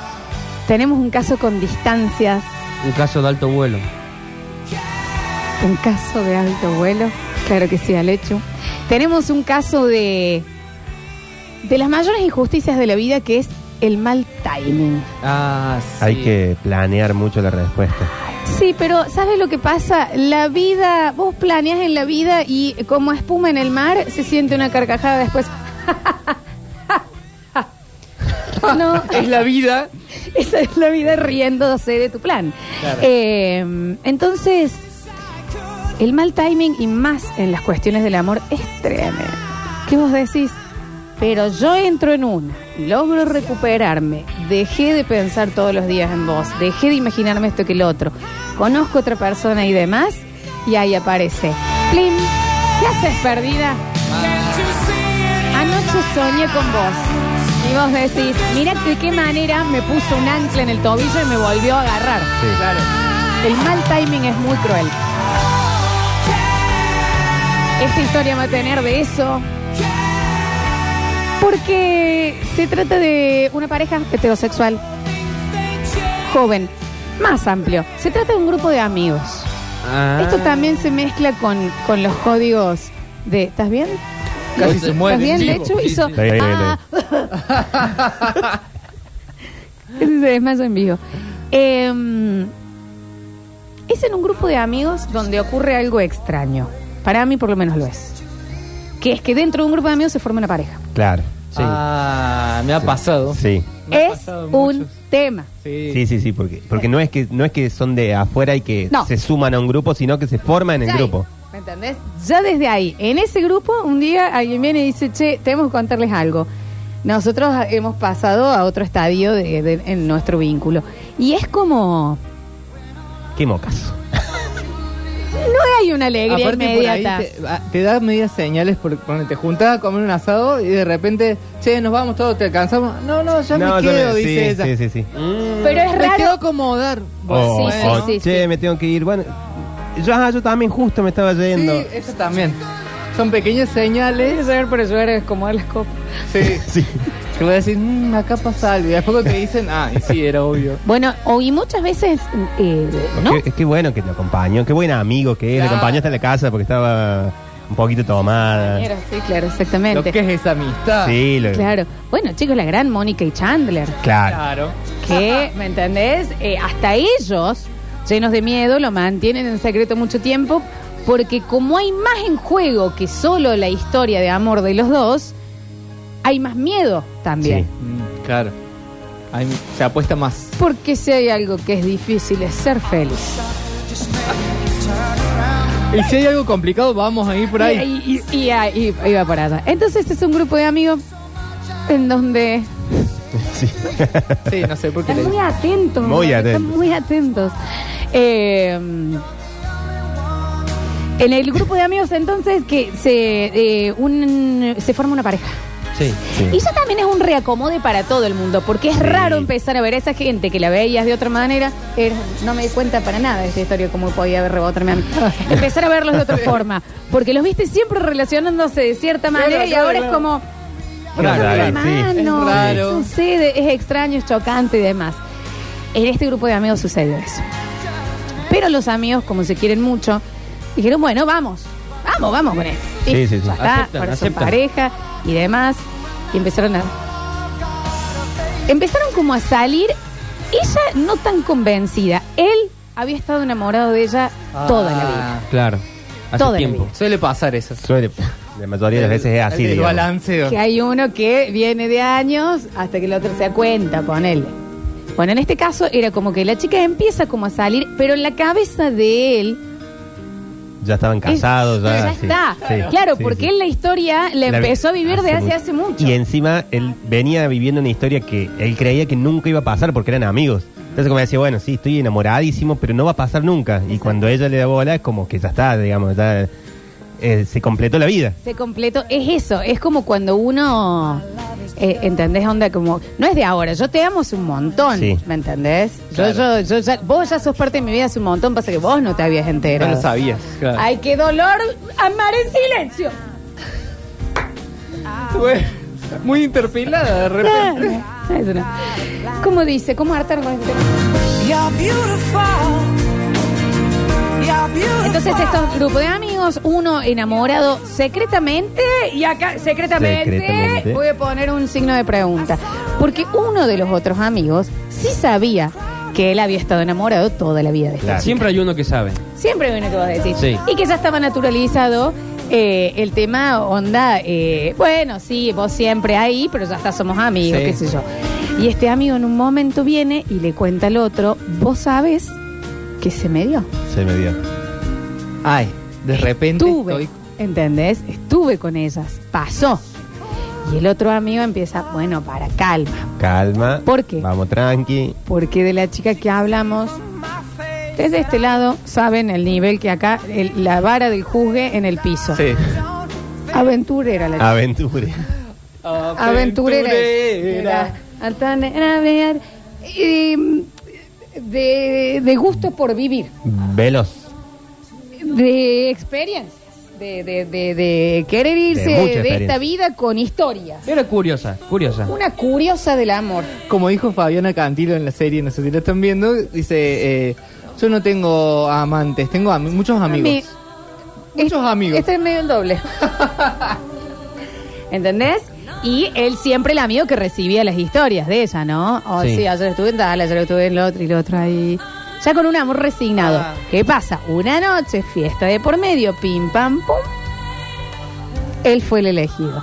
Speaker 1: tenemos un caso con distancias,
Speaker 3: Un caso de alto vuelo.
Speaker 1: un caso de alto vuelo, claro que sí, Alechu. Tenemos un caso de de las mayores injusticias de la vida que es el mal timing.
Speaker 2: Ah, sí.
Speaker 4: Hay que planear mucho la respuesta.
Speaker 1: Sí, pero ¿sabes lo que pasa? La vida, vos planeas en la vida y como espuma en el mar, se siente una carcajada después. no.
Speaker 2: Es la vida.
Speaker 1: Esa es la vida riéndose de tu plan.
Speaker 2: Claro.
Speaker 1: Eh, entonces, el mal timing y más en las cuestiones del amor es tremendo. ¿Qué vos decís? Pero yo entro en una, logro recuperarme, dejé de pensar todos los días en vos, dejé de imaginarme esto que el otro, conozco otra persona y demás, y ahí aparece. ¡Plim! ¿Qué haces perdida? Anoche soñé con vos. Y vos decís, mira de qué manera me puso un ancla en el tobillo y me volvió a agarrar.
Speaker 4: Sí.
Speaker 1: Claro. El mal timing es muy cruel. Esta historia va a tener de eso. Porque se trata de una pareja heterosexual, joven, más amplio. Se trata de un grupo de amigos.
Speaker 3: Ah.
Speaker 1: Esto también se mezcla con, con los códigos de. ¿Estás bien?
Speaker 2: Casi se muere.
Speaker 1: ¿Estás bien?
Speaker 2: Sí,
Speaker 1: De hecho,
Speaker 2: sí,
Speaker 1: hizo. "Ah".
Speaker 2: sí. Está bien, está bien, está
Speaker 1: Ese se desmayó en vivo. Em, es en un grupo de amigos donde ocurre algo extraño. Para mí, por lo menos, lo es. Que es que dentro de un grupo de amigos se forma una pareja.
Speaker 4: Claro.
Speaker 2: Ah, me ha pasado.
Speaker 4: Sí.
Speaker 1: Es un tema.
Speaker 4: Sí, sí, sí, porque, porque no es que no es que son de afuera y que
Speaker 1: No.
Speaker 4: se suman a un grupo, sino que se forman en
Speaker 1: Ya
Speaker 4: el
Speaker 1: ahí,
Speaker 4: grupo.
Speaker 1: ¿Me entendés? Ya desde ahí, en ese grupo, un día alguien viene y dice, che, tenemos que contarles algo. Nosotros hemos pasado a otro estadio de- de- en nuestro vínculo. Y es como...
Speaker 4: Qué mocas.
Speaker 1: No hay una alegría
Speaker 2: Aparte, por ahí
Speaker 1: inmediata.
Speaker 2: te, ah, te da medias señales porque ponele, te juntás a comer un asado y de repente, che, nos vamos todos, te alcanzamos. No, no, ya me
Speaker 4: yo
Speaker 2: quedo,
Speaker 4: me- sí,
Speaker 2: dice ella.
Speaker 4: Sí, Oh, sí, sí.
Speaker 1: Pero es
Speaker 2: eh, Me
Speaker 1: raro.
Speaker 2: quedo acomodar.
Speaker 4: O-
Speaker 1: sí,
Speaker 4: o,
Speaker 1: sí, sí,
Speaker 4: che, me tengo que ir. Bueno, yo, ah, yo también justo me estaba yendo.
Speaker 2: Sí, eso también. Son pequeñas señales.
Speaker 1: Quiero saber por eso eres como de las copas.
Speaker 2: Sí. Que voy a decir, "Mm, acá pasa algo. Y después cuando te dicen, ah, y sí, era obvio.
Speaker 1: Bueno, o y muchas veces, eh, ¿no?
Speaker 4: Qué, qué bueno que te acompañó, qué buen amigo que es. Le
Speaker 1: Claro.
Speaker 4: acompañó hasta la casa porque estaba un poquito tomada.
Speaker 1: Era, sí, claro, exactamente.
Speaker 2: Lo que es esa amistad.
Speaker 4: Sí, lo-
Speaker 1: Claro. Bueno, chicos, la gran Mónica y Chandler.
Speaker 4: Claro.
Speaker 1: Que, ¿me entendés? Eh, hasta ellos, llenos de miedo, lo mantienen en secreto mucho tiempo. Porque como hay más en juego que solo la historia de amor de los dos, hay más miedo también.
Speaker 2: Mm, claro. Ahí se apuesta más.
Speaker 1: Porque si hay algo que es difícil es ser feliz.
Speaker 2: Y si hay algo complicado, vamos a ir por ahí.
Speaker 1: Y, y- y ahí iba para allá. Entonces este es un grupo de amigos en donde
Speaker 2: Sí, no sé por qué.
Speaker 1: Están muy atentos.
Speaker 2: Muy
Speaker 1: ¿verdad? Están
Speaker 2: atentos.
Speaker 1: muy atentos. Eh, en el grupo de amigos entonces que se eh, un, se forma una pareja.
Speaker 3: Sí.
Speaker 1: Y eso también es un reacomode para todo el mundo, porque es raro empezar a ver a esa gente que la veías de otra manera. Era- no me di cuenta para nada de esta historia, como podía haber rebotarme a mí. empezar a verlos de otra forma, porque los viste siempre relacionándose de cierta manera y
Speaker 2: claro,
Speaker 1: ahora
Speaker 2: claro.
Speaker 1: es como,
Speaker 4: Claro,
Speaker 1: Ay,
Speaker 4: sí.
Speaker 1: hermano,
Speaker 4: Es raro.
Speaker 1: sucede, es extraño, es chocante y demás. En este grupo de amigos sucedió eso. Pero los amigos, como se quieren mucho, dijeron, bueno, vamos, vamos, vamos con esto.
Speaker 3: Sí, sí,
Speaker 1: Y
Speaker 3: sí.
Speaker 1: ya está,
Speaker 3: Aceptan,
Speaker 1: ahora son
Speaker 3: aceptan.
Speaker 1: pareja y demás. Y empezaron a... Empezaron como a salir, ella no tan convencida. Él había estado enamorado de ella toda la vida.
Speaker 2: Ah.
Speaker 3: Claro. Hace
Speaker 1: Toda la
Speaker 3: tiempo.
Speaker 2: Suele pasar eso.
Speaker 4: Suele. La mayoría de las veces es así.
Speaker 2: el
Speaker 4: digamos.
Speaker 3: Ah.
Speaker 2: balanceo.
Speaker 1: Que hay uno que viene de años hasta que el otro se da cuenta, ponele. Bueno, en este caso era como que la chica empieza como a salir, pero en la cabeza de él
Speaker 4: Ya estaban casados.
Speaker 1: es- ya,
Speaker 4: ya, sí.
Speaker 1: está.
Speaker 4: Sí,
Speaker 1: Claro,
Speaker 4: sí,
Speaker 1: porque
Speaker 4: sí.
Speaker 1: él la historia la,
Speaker 4: La vi-
Speaker 1: empezó a vivir de hace, hace mucho.
Speaker 4: Y encima él venía viviendo una historia que él creía que nunca iba a pasar porque eran amigos. Entonces como decía, bueno, sí, estoy enamoradísimo, pero no va a pasar nunca. Y cuando ella le da bola es como que ya está, digamos, ya eh, se completó la vida.
Speaker 1: Se completó. Es eso, es como cuando uno. eh, ¿Entendés? Onda como. No es de ahora, yo te amo hace un montón.
Speaker 4: Sí.
Speaker 1: ¿Me entendés? Yo,
Speaker 4: Claro.
Speaker 1: yo, yo ya- vos ya sos parte de mi vida hace un montón, pasa que vos no te habías
Speaker 2: No
Speaker 1: enterado.
Speaker 2: lo sabías. claro.
Speaker 1: Ay, qué dolor amar en silencio.
Speaker 2: Fue muy interpelada de repente.
Speaker 1: Ah, eso no. ¿Cómo dice? ¿Cómo hartar con este tema? Entonces estos grupos de amigos, uno enamorado secretamente y acá secretamente,
Speaker 16: Secretamente.
Speaker 1: voy a poner un signo de pregunta. Porque uno de los otros amigos sí sabía que él había estado enamorado toda la vida de esta chica.
Speaker 3: Siempre hay uno que sabe.
Speaker 1: Siempre hay uno que vos decís.
Speaker 3: Sí.
Speaker 1: Y que ya estaba naturalizado eh, el tema onda, eh, bueno, sí, vos siempre ahí, pero ya está, somos amigos,
Speaker 16: Sí.
Speaker 1: qué sé yo. Y este amigo en un momento viene y le cuenta al otro, vos sabes que se me dio.
Speaker 4: Se me dio.
Speaker 2: Ay, de repente
Speaker 1: Estuve,
Speaker 2: estoy.
Speaker 1: ¿entendés? Estuve con ellas, pasó. Y el otro amigo empieza, bueno, para calma,
Speaker 4: Calma.
Speaker 1: ¿Por qué?
Speaker 4: Vamos tranqui.
Speaker 1: porque de la chica que hablamos, desde este lado saben el nivel que acá, el- la vara del juzgue en el piso.
Speaker 4: Sí.
Speaker 1: Aventurera la chica.
Speaker 4: Aventure.
Speaker 1: Aventurera. Era altanera, ver, y, mm, De, de gusto por vivir,
Speaker 4: Veloz.
Speaker 1: de experiencias, de, de- de- de querer irse
Speaker 3: mucha
Speaker 1: de,
Speaker 3: experiencia.
Speaker 1: esta vida con historias.
Speaker 3: Era curiosa, curiosa.
Speaker 1: Una curiosa del amor.
Speaker 2: Como dijo Fabiana Cantilo en la serie, no sé si la están viendo, dice, eh, yo no tengo amantes, tengo ami- muchos amigos.
Speaker 1: Muchos amigos. Este es medio el doble. ¿Entendés? Y él siempre el amigo que recibía las historias de ella, ¿no? Oh, sí.
Speaker 16: Sí.
Speaker 1: ayer estuve en tal, ayer estuve en lo otro y lo otro ahí. Ya con un amor resignado.
Speaker 16: Ah.
Speaker 1: ¿Qué pasa? Una noche, fiesta de por medio, pim, pam, pum. Él fue el elegido.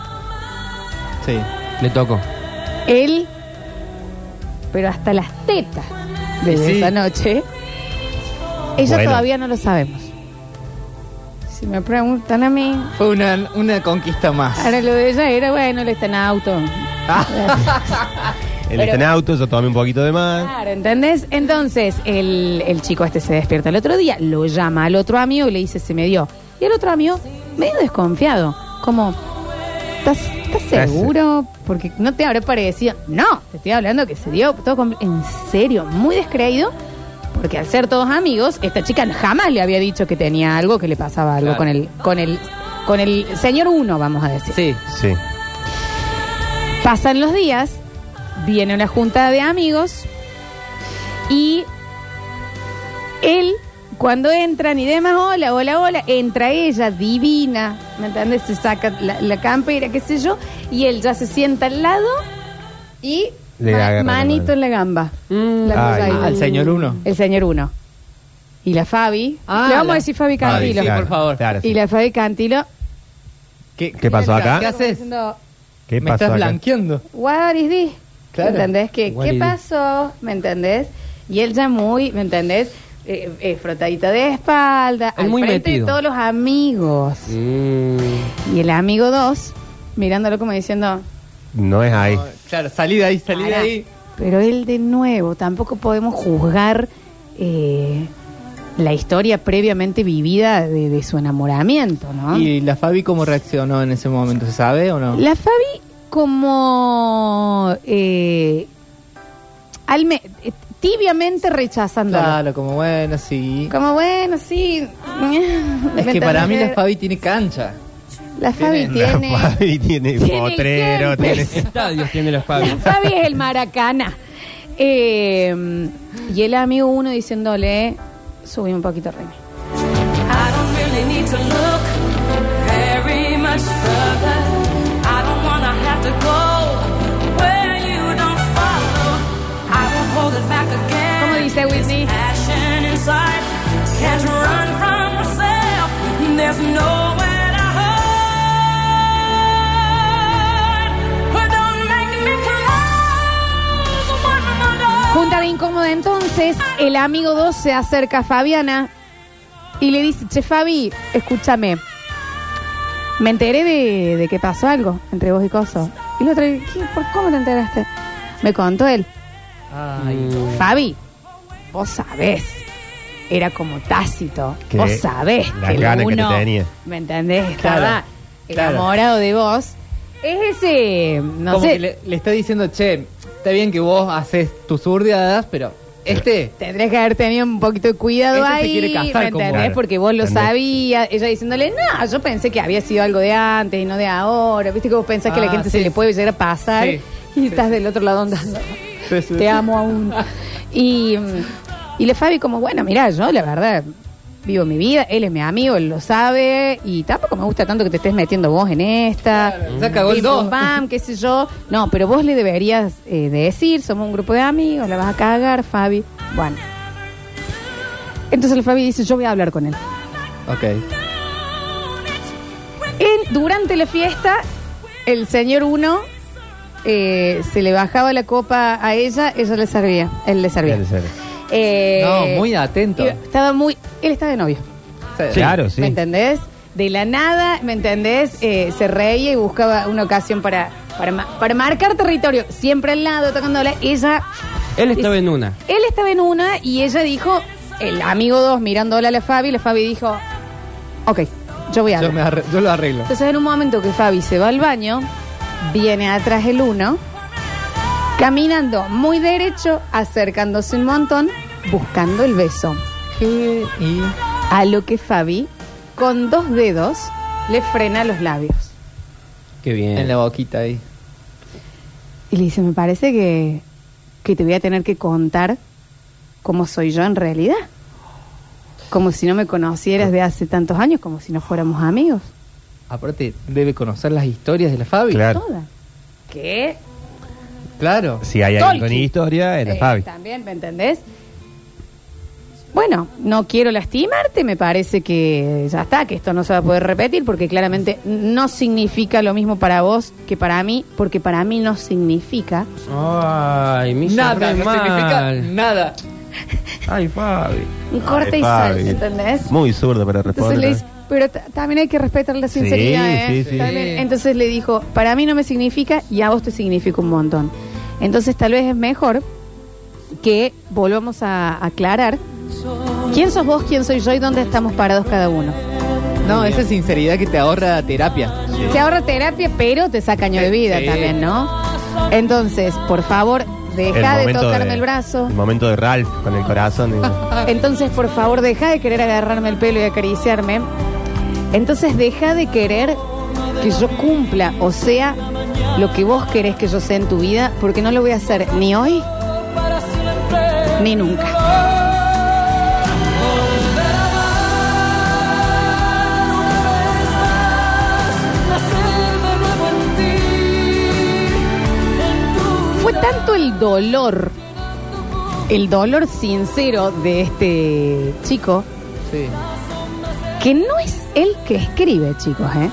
Speaker 2: Sí.
Speaker 3: Le tocó.
Speaker 1: Él, pero hasta las tetas de
Speaker 3: Y sí.
Speaker 1: esa noche, ella
Speaker 2: Bueno.
Speaker 1: todavía no lo sabemos. Si me preguntan a mí,
Speaker 2: Fue una, una conquista más.
Speaker 1: Ahora lo de ella era, bueno, le está en auto.
Speaker 4: Él está en auto, yo tomé un poquito de más.
Speaker 1: Claro, ¿entendés? Entonces, el, el chico este se despierta el otro día, lo llama al otro amigo y le dice, se me dio. Y el otro amigo, medio desconfiado, como, ¿estás estás seguro? Porque no te habrá parecido. No, te estoy hablando que se dio todo con- en serio, muy descreído. Porque al ser todos amigos, esta chica jamás le había dicho que tenía algo, que le pasaba algo
Speaker 16: Claro.
Speaker 1: con el, con el, con el señor uno, vamos a decir.
Speaker 4: Sí. Sí.
Speaker 1: Pasan los días, viene una junta de amigos y él, cuando entran y demás, hola, hola, hola, entra ella, divina, ¿me entiendes? Se saca la, la campera, qué sé yo, y él ya se sienta al lado y
Speaker 4: Le
Speaker 1: ma-
Speaker 4: agarra la
Speaker 1: manito
Speaker 4: mano.
Speaker 1: en la gamba. La
Speaker 2: Ay.
Speaker 1: cosa ahí.
Speaker 2: Al señor uno.
Speaker 1: El señor uno. Y la Fabi,
Speaker 16: Ah,
Speaker 1: le vamos
Speaker 16: la-
Speaker 1: a decir Fabi Cantilo.
Speaker 4: sí, por favor.
Speaker 1: Y la Fabi Cantilo.
Speaker 2: ¿Qué,
Speaker 4: ¿Qué pasó acá?
Speaker 1: como diciendo,
Speaker 4: ¿Qué
Speaker 2: Me
Speaker 4: pasó
Speaker 2: estás
Speaker 4: acá?
Speaker 2: blanqueando.
Speaker 1: What is this?
Speaker 2: Claro.
Speaker 1: ¿Me entendés? ¿Qué,
Speaker 2: What
Speaker 1: ¿qué
Speaker 2: is this?
Speaker 1: pasó? ¿Me entendés? Y él ya muy, ¿me entendés? Eh, eh, frotadita de espalda,
Speaker 16: Él
Speaker 1: al
Speaker 16: muy
Speaker 1: frente
Speaker 16: metido.
Speaker 1: de todos los amigos.
Speaker 3: Mm.
Speaker 1: Y el amigo 2, mirándolo como diciendo,
Speaker 4: No es ahí.
Speaker 2: Claro, salí de ahí, salí de
Speaker 1: "Pará".
Speaker 2: ahí.
Speaker 1: Pero él de nuevo, tampoco podemos juzgar eh, la historia previamente vivida de, de su enamoramiento, ¿no?
Speaker 2: ¿Y la Fabi cómo reaccionó en ese momento? ¿Se sabe o no?
Speaker 1: Ah. La Fabi como eh, alme- eh, tibiamente rechazando.
Speaker 2: Claro, como bueno, sí.
Speaker 1: Como bueno, sí.
Speaker 2: Es
Speaker 1: ¿Me
Speaker 2: que para mí la
Speaker 1: entendés?
Speaker 2: Fabi tiene cancha.
Speaker 1: La Fabi tiene...
Speaker 4: La Fabi tiene,
Speaker 1: tiene
Speaker 4: potrero, tiene...
Speaker 1: campes.
Speaker 3: Estadios tiene la Fabi.
Speaker 1: Fabi es el maracana. Eh, y el amigo uno diciéndole, subí un poquito Remy.
Speaker 16: I don't really need to look very much further. I don't wanna have to go where you don't follow. I won't hold it back again.
Speaker 1: ¿Cómo dice Whitney?
Speaker 16: Passion inside can't run from myself. There's nowhere to hide. But don't make me close one another.
Speaker 1: Junta de incómoda entonces, el amigo 2 se acerca a Fabiana y le dice, che Fabi, escúchame, me enteré de, de que pasó algo entre vos y Coso. Y la otra, ¿qué? ¿Por, ¿cómo te enteraste? Me contó él,
Speaker 2: Mm.
Speaker 3: Mm.
Speaker 1: Fabi, vos sabés, era como tácito,
Speaker 4: Que
Speaker 1: vos sabés
Speaker 4: la
Speaker 1: que el
Speaker 4: gana que te
Speaker 1: uno,
Speaker 4: tenía.
Speaker 1: ¿me entendés? Estaba
Speaker 2: Claro, claro.
Speaker 1: enamorado de vos. Es ese, no
Speaker 2: como
Speaker 1: sé,
Speaker 2: que le, le está diciendo, che, está bien que vos haces tus urdeadas, pero este.
Speaker 1: Tendrías que haber tenido un poquito de cuidado
Speaker 2: Este se
Speaker 1: ahí.
Speaker 2: quiere casar
Speaker 1: ¿me
Speaker 2: con vos.
Speaker 1: entendés?
Speaker 2: Claro.
Speaker 1: Porque vos lo
Speaker 2: ¿Entendés?
Speaker 1: sabías. Ella diciéndole, no, yo pensé que había sido algo de antes y no de ahora. Viste que vos pensás que la
Speaker 2: Ah,
Speaker 1: gente
Speaker 2: sí.
Speaker 1: se le puede llegar a pasar
Speaker 2: Sí,
Speaker 1: y estás del otro lado andando.
Speaker 2: Sí, sí, sí.
Speaker 1: Te amo aún. Y, mm, y le Fabi como, bueno, mirá, yo la verdad vivo mi vida, él es mi amigo, él lo sabe y tampoco me gusta tanto que te estés metiendo vos en esta.
Speaker 2: ya cagó el
Speaker 1: Pim, pum,
Speaker 2: dos.
Speaker 1: pam, qué sé yo. No, pero vos le deberías eh, decir, somos un grupo de amigos, la vas a cagar, Fabi. Bueno. Entonces el Fabi dice, yo voy a hablar con él.
Speaker 2: Ok.
Speaker 1: En- durante la fiesta, el señor uno eh, se le bajaba la copa a ella, ella le servía, él le servía. Eh,
Speaker 2: No, muy atento.
Speaker 1: y Estaba muy. Él estaba de novio.
Speaker 4: Claro, sí.
Speaker 1: ¿Me entendés? De la nada, ¿me entendés? Eh, se reía y buscaba una ocasión para, para, ma- para marcar territorio. Siempre al lado, tocándola. Ella,
Speaker 3: Él estaba en una.
Speaker 1: él estaba en una y ella dijo, el amigo dos mirándola a la Fabi, la Fabi dijo, ok, yo voy a
Speaker 2: Yo, me
Speaker 1: hablar.
Speaker 2: arre- yo lo arreglo.
Speaker 1: Entonces en un momento que Fabi se va al baño, viene atrás el uno, caminando muy derecho, acercándose un montón, buscando el beso. A lo que Fabi, con dos dedos, le frena los labios.
Speaker 3: Qué bien.
Speaker 2: En la boquita ahí.
Speaker 1: Y le dice, me parece que, que te voy a tener que contar cómo soy yo en realidad. Como si no me conocieras de hace tantos años, como si no fuéramos amigos.
Speaker 2: Aparte, debe conocer las historias de la Fabi.
Speaker 4: Claro.
Speaker 1: ¿Qué?
Speaker 2: Claro.
Speaker 4: Si hay alguien con
Speaker 1: Tolkien.
Speaker 4: historia, es la
Speaker 1: Eh,
Speaker 4: Fabi.
Speaker 1: También, ¿me entendés? Bueno, no quiero lastimarte, me parece que ya está, que esto no se va a poder repetir porque claramente no significa lo mismo para vos que para mí, porque para mí no significa.
Speaker 3: Ay, mi
Speaker 2: Nada, no significa nada.
Speaker 3: Ay, Fabi.
Speaker 4: Ah,
Speaker 1: Un corte y sal,
Speaker 4: Fabi.
Speaker 1: ¿entendés?
Speaker 4: Muy zurdo para
Speaker 1: Entonces le
Speaker 4: responder.
Speaker 1: dice, pero ta- también hay que respetar la sinceridad,
Speaker 4: Sí,
Speaker 1: ¿eh?
Speaker 4: sí, sí.
Speaker 1: También- Entonces le dijo, para mí no me significa y a vos te significa un montón. Entonces tal vez es mejor que volvamos a aclarar quién sos vos, quién soy yo y dónde estamos parados cada uno.
Speaker 2: No, esa sinceridad que te ahorra terapia.
Speaker 1: Te ahorra terapia, pero te saca año de vida
Speaker 2: Sí.
Speaker 1: también, ¿no? Entonces, por favor, deja de
Speaker 4: momento
Speaker 1: tocarme
Speaker 4: de-
Speaker 1: el brazo.
Speaker 4: El momento de Ralph con el corazón. digo.
Speaker 1: Entonces, por favor, deja de querer agarrarme el pelo y acariciarme. Entonces deja de querer que yo cumpla, o sea, lo que vos querés que yo sea en tu vida, porque no lo voy a hacer ni hoy ni nunca. Fue tanto el dolor, el dolor sincero de este chico, que no es él que escribe, chicos, ¿eh?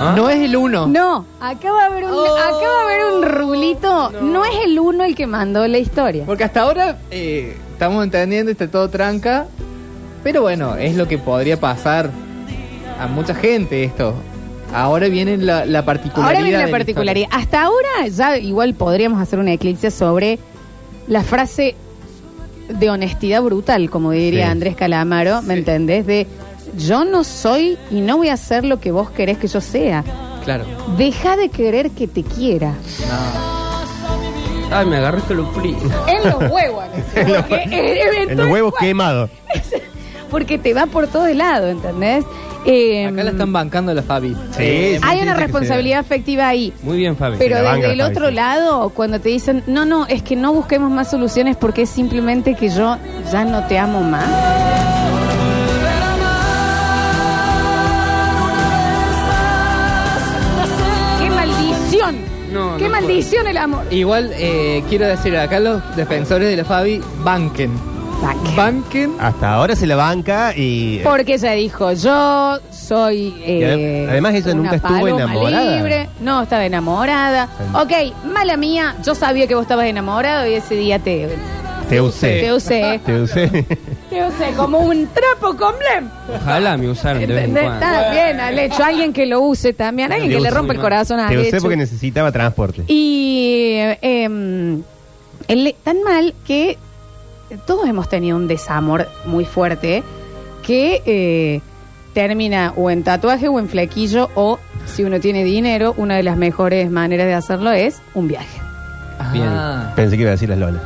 Speaker 4: ¿Ah?
Speaker 2: No es el uno.
Speaker 1: No, acá va a haber un, acá va a haber un rulito. No. es el uno el que mandó la historia.
Speaker 2: Porque hasta ahora eh, estamos entendiendo, está todo tranca. Pero bueno, es lo que podría pasar a mucha gente esto. Ahora viene la, la particularidad.
Speaker 1: Ahora viene
Speaker 2: de
Speaker 1: la particularidad. Hasta ahora ya igual podríamos hacer una eclipse sobre la frase de honestidad brutal, como diría
Speaker 2: Sí.
Speaker 1: Andrés Calamaro, ¿me entendés? De yo no soy y no voy a ser lo que vos querés que yo sea.
Speaker 2: historia. Claro.
Speaker 1: Deja de querer que te quiera.
Speaker 3: Ay, me agarraste los fríos.
Speaker 1: En los huevos, Alexis, porque
Speaker 4: En los huevos quemados.
Speaker 1: Porque te va por todo el lado, ¿entendés? Eh,
Speaker 2: Acá la están bancando la Fabi. Eh,
Speaker 4: Sí,
Speaker 1: hay una responsabilidad afectiva ahí.
Speaker 3: Muy bien, Fabi.
Speaker 1: Pero
Speaker 3: Se la banca
Speaker 1: desde el
Speaker 3: la Fabi,
Speaker 1: otro
Speaker 3: sí.
Speaker 1: lado, cuando te dicen, no, no, es que no busquemos más soluciones porque es simplemente que yo ya no te amo más. ¡Qué maldición!
Speaker 2: No,
Speaker 1: ¡Qué
Speaker 2: no
Speaker 1: maldición el amor!
Speaker 2: Igual eh, quiero decir acá los defensores de la Fabi, banquen.
Speaker 1: Banquen.
Speaker 2: Ah,
Speaker 4: Hasta ahora se la banca y.
Speaker 1: Porque ella dijo, yo soy. eh,
Speaker 4: adem- además ella
Speaker 1: una
Speaker 4: nunca estuvo
Speaker 1: paloma
Speaker 4: enamorada.
Speaker 1: libre. No, estaba enamorada. Ok, mala mía, yo sabía que vos estabas enamorado y ese día te,
Speaker 4: Te usé.
Speaker 1: te usé.
Speaker 4: Te usé.
Speaker 1: te usé como un trapo con blem.
Speaker 3: Ojalá me usaran de vez en cuando.
Speaker 1: Está bien, Alecho. Alguien que lo use también. Alguien que le rompa el corazón a
Speaker 4: Te usé
Speaker 1: Alecho.
Speaker 4: porque necesitaba transporte.
Speaker 1: Y eh, em, él le- tan mal que todos hemos tenido un desamor muy fuerte que eh, termina o en tatuaje o en flequillo o si uno tiene dinero, una de las mejores maneras de hacerlo es un viaje.
Speaker 4: Bien.
Speaker 2: Ah,
Speaker 4: Pensé que iba a decir las lolas.